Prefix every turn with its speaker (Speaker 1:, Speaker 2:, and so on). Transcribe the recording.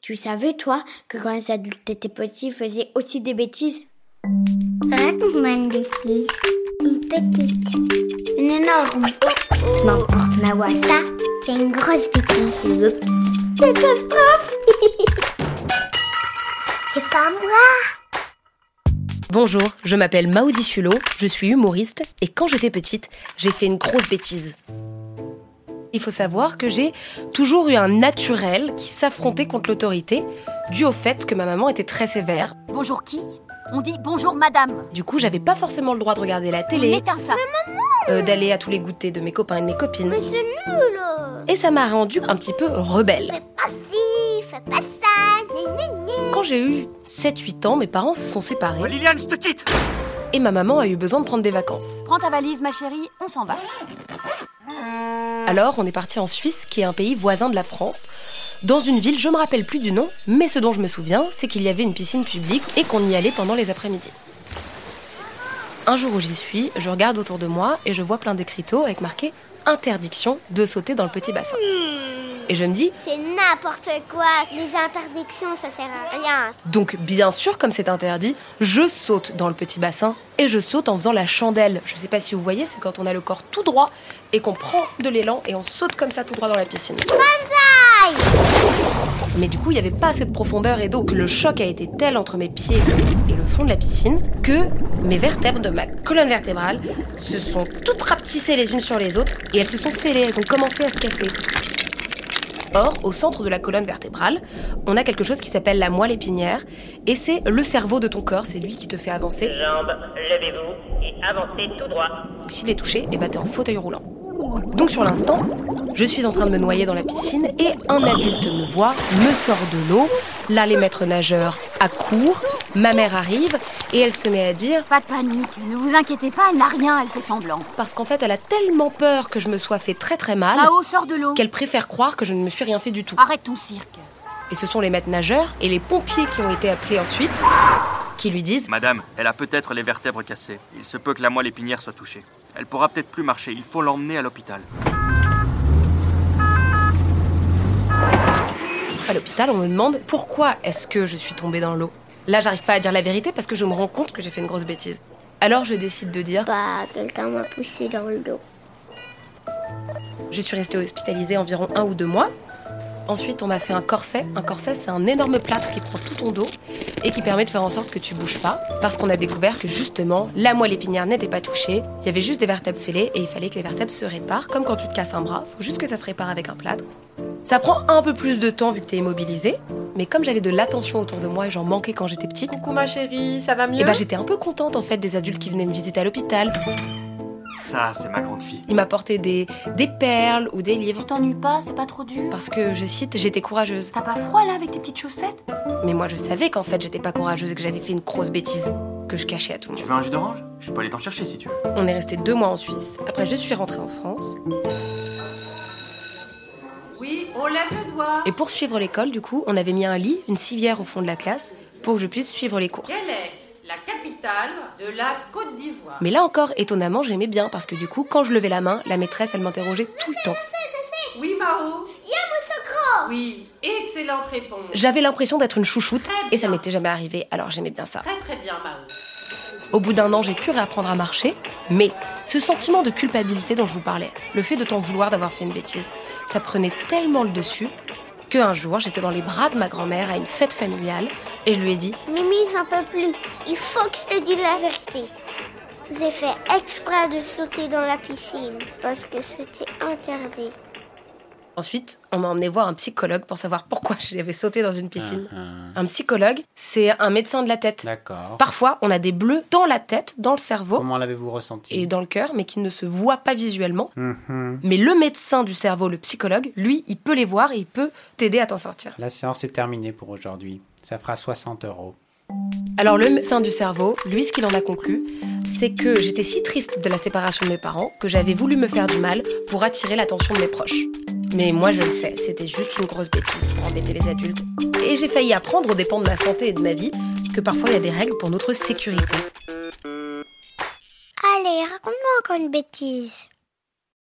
Speaker 1: Tu savais, toi, que quand les adultes étaient petits, ils faisaient aussi des bêtises
Speaker 2: Raconte-moi une bêtise.
Speaker 1: Une petite.
Speaker 2: Une énorme.
Speaker 1: N'importe, Mawa.
Speaker 2: Ça, c'est une grosse bêtise.
Speaker 1: Oups.
Speaker 2: Catastrophe C'est pas moi
Speaker 3: Bonjour, je m'appelle Maudie Fulot, je suis humoriste et quand j'étais petite, j'ai fait une grosse bêtise. Il faut savoir que j'ai toujours eu un naturel qui s'affrontait contre l'autorité, dû au fait que ma maman était très sévère.
Speaker 4: Bonjour qui On dit bonjour madame.
Speaker 3: Du coup, j'avais pas forcément le droit de regarder la
Speaker 4: On
Speaker 3: télé,
Speaker 4: éteint ça.
Speaker 3: euh, d'aller à tous les goûters de mes copains et de mes copines.
Speaker 2: Mais c'est nul euh.
Speaker 3: Et ça m'a rendue un petit peu rebelle.
Speaker 2: Fais pas ci, fais pas ça, ni ni ni
Speaker 3: Quand j'ai eu 7-8 ans, mes parents se sont séparés
Speaker 5: Liliane, je te quitte
Speaker 3: et ma maman a eu besoin de prendre des vacances.
Speaker 4: Prends ta valise ma chérie, on s'en va.
Speaker 3: Alors, on est parti en Suisse, qui est un pays voisin de la France, dans une ville, je me rappelle plus du nom, mais ce dont je me souviens, c'est qu'il y avait une piscine publique et qu'on y allait pendant les après-midi. Un jour où j'y suis, je regarde autour de moi et je vois plein d'écriteaux avec marqué interdiction de sauter dans le petit bassin. Et je me dis,
Speaker 2: C'est n'importe quoi. Les interdictions, ça sert à rien.
Speaker 3: Donc bien sûr, comme c'est interdit, je saute dans le petit bassin et je saute en faisant la chandelle. Je sais pas si vous voyez, c'est quand on a le corps tout droit et qu'on prend de l'élan et on saute comme ça tout droit dans la piscine. Mais du coup, il n'y avait pas assez de profondeur et donc le choc a été tel entre mes pieds et le fond de la piscine que mes vertèbres de ma colonne vertébrale se sont toutes rapetissées les unes sur les autres et elles se sont fêlées, elles ont commencé à se casser. Or, au centre de la colonne vertébrale, on a quelque chose qui s'appelle la moelle épinière, et c'est le cerveau de ton corps, c'est lui qui te fait avancer.
Speaker 6: Jambes, levez-vous et avancez tout droit.
Speaker 3: S'il est touché, et bah t'es en fauteuil roulant. Donc sur l'instant, je suis en train de me noyer dans la piscine et un adulte me voit, me sort de l'eau. Là, les maîtres nageurs accourent, ma mère arrive et elle se met à dire
Speaker 4: Pas de panique, ne vous inquiétez pas, elle n'a rien, elle fait semblant.
Speaker 3: parce qu'en fait, elle a tellement peur que je me sois fait très très mal
Speaker 4: Mao, sors de l'eau.
Speaker 3: qu'elle préfère croire que je ne me suis rien fait du tout.
Speaker 4: Arrête ton cirque.
Speaker 3: Et ce sont les maîtres nageurs et les pompiers qui ont été appelés ensuite qui lui disent
Speaker 5: Madame, elle a peut-être les vertèbres cassées. Il se peut que la moelle épinière soit touchée. Elle pourra peut-être plus marcher, il faut l'emmener à l'hôpital.
Speaker 3: À l'hôpital, on me demande pourquoi est-ce que je suis tombée dans l'eau. Là, j'arrive pas à dire la vérité parce que je me rends compte que j'ai fait une grosse bêtise. Alors je décide de dire
Speaker 2: Bah, quelqu'un m'a poussé dans le dos.
Speaker 3: Je suis restée hospitalisée environ un ou deux mois. Ensuite, on m'a fait un corset. Un corset, c'est un énorme plâtre qui prend tout ton dos et qui permet de faire en sorte que tu bouges pas. Parce qu'on a découvert que justement, la moelle épinière n'était pas touchée. Il y avait juste des vertèbres fêlées et il fallait que les vertèbres se réparent, comme quand tu te casses un bras. Faut juste que ça se répare avec un plâtre. Ça prend un peu plus de temps vu que t'es immobilisée. Mais comme j'avais de l'attention autour de moi et j'en manquais quand j'étais petite,
Speaker 7: Coucou ma chérie, ça va mieux
Speaker 3: eh ben, j'étais un peu contente en fait des adultes qui venaient me visiter à l'hôpital.
Speaker 5: Ça, c'est ma grande fille.
Speaker 3: Ils m'apportaient des, des perles ou des livres.
Speaker 4: T'ennuies pas, c'est pas trop dur.
Speaker 3: Parce que, je cite, j'étais courageuse.
Speaker 4: T'as pas froid là avec tes petites chaussettes
Speaker 3: Mais moi, je savais qu'en fait, j'étais pas courageuse et que j'avais fait une grosse bêtise que je cachais à tout le
Speaker 5: Tu
Speaker 3: monde.
Speaker 5: veux un jus d'orange Je peux aller t'en chercher si tu veux.
Speaker 3: On est resté deux mois en Suisse. Après, je suis rentrée en France.
Speaker 7: Oui, on lève le doigt.
Speaker 3: Et pour suivre l'école, du coup, on avait mis un lit, une civière au fond de la classe pour que je puisse suivre les cours.
Speaker 7: Quelle est la capitale de la Côte d'Ivoire
Speaker 3: Mais là encore, étonnamment, j'aimais bien parce que du coup, quand je levais la main, la maîtresse, elle m'interrogeait tout le temps.
Speaker 7: Oui, Mao
Speaker 2: Yamoussoukro
Speaker 7: Oui, excellente réponse.
Speaker 3: J'avais l'impression d'être une chouchoute et ça m'était jamais arrivé, alors j'aimais bien ça.
Speaker 7: Très très bien, Mao.
Speaker 3: Au bout d'un an, j'ai pu réapprendre à marcher, mais ce sentiment de culpabilité dont je vous parlais, le fait de t'en vouloir d'avoir fait une bêtise, ça prenait tellement le dessus que un jour, j'étais dans les bras de ma grand-mère à une fête familiale et je lui ai dit
Speaker 2: Mimi, j'en peux plus. Il faut que je te dise la vérité. J'ai fait exprès de sauter dans la piscine parce que c'était interdit.
Speaker 3: Ensuite, on m'a emmené voir un psychologue pour savoir pourquoi j'avais sauté dans une piscine. Un psychologue, c'est un médecin de la tête.
Speaker 8: Ah, D'accord.
Speaker 3: Parfois, on a des bleus dans la tête, dans le cerveau
Speaker 8: Comment l'avez-vous
Speaker 3: et
Speaker 8: ressenti
Speaker 3: dans le cœur, mais qui ne se voient pas visuellement.
Speaker 8: Mhm.
Speaker 3: Mais le médecin du cerveau, le psychologue, lui, il peut les voir et il peut t'aider à t'en sortir.
Speaker 8: La séance est terminée pour aujourd'hui. Ça fera 60 euros.
Speaker 3: Alors le médecin du cerveau, lui, ce qu'il en a conclu, c'est que j'étais si triste de la séparation de mes parents que j'avais voulu me faire du mal pour attirer l'attention de mes proches. Mais moi, je le sais, c'était juste une grosse bêtise pour embêter les adultes. Et j'ai failli apprendre aux dépens de ma santé et de ma vie que parfois il y a des règles pour notre sécurité.
Speaker 2: Allez, raconte-moi encore une bêtise.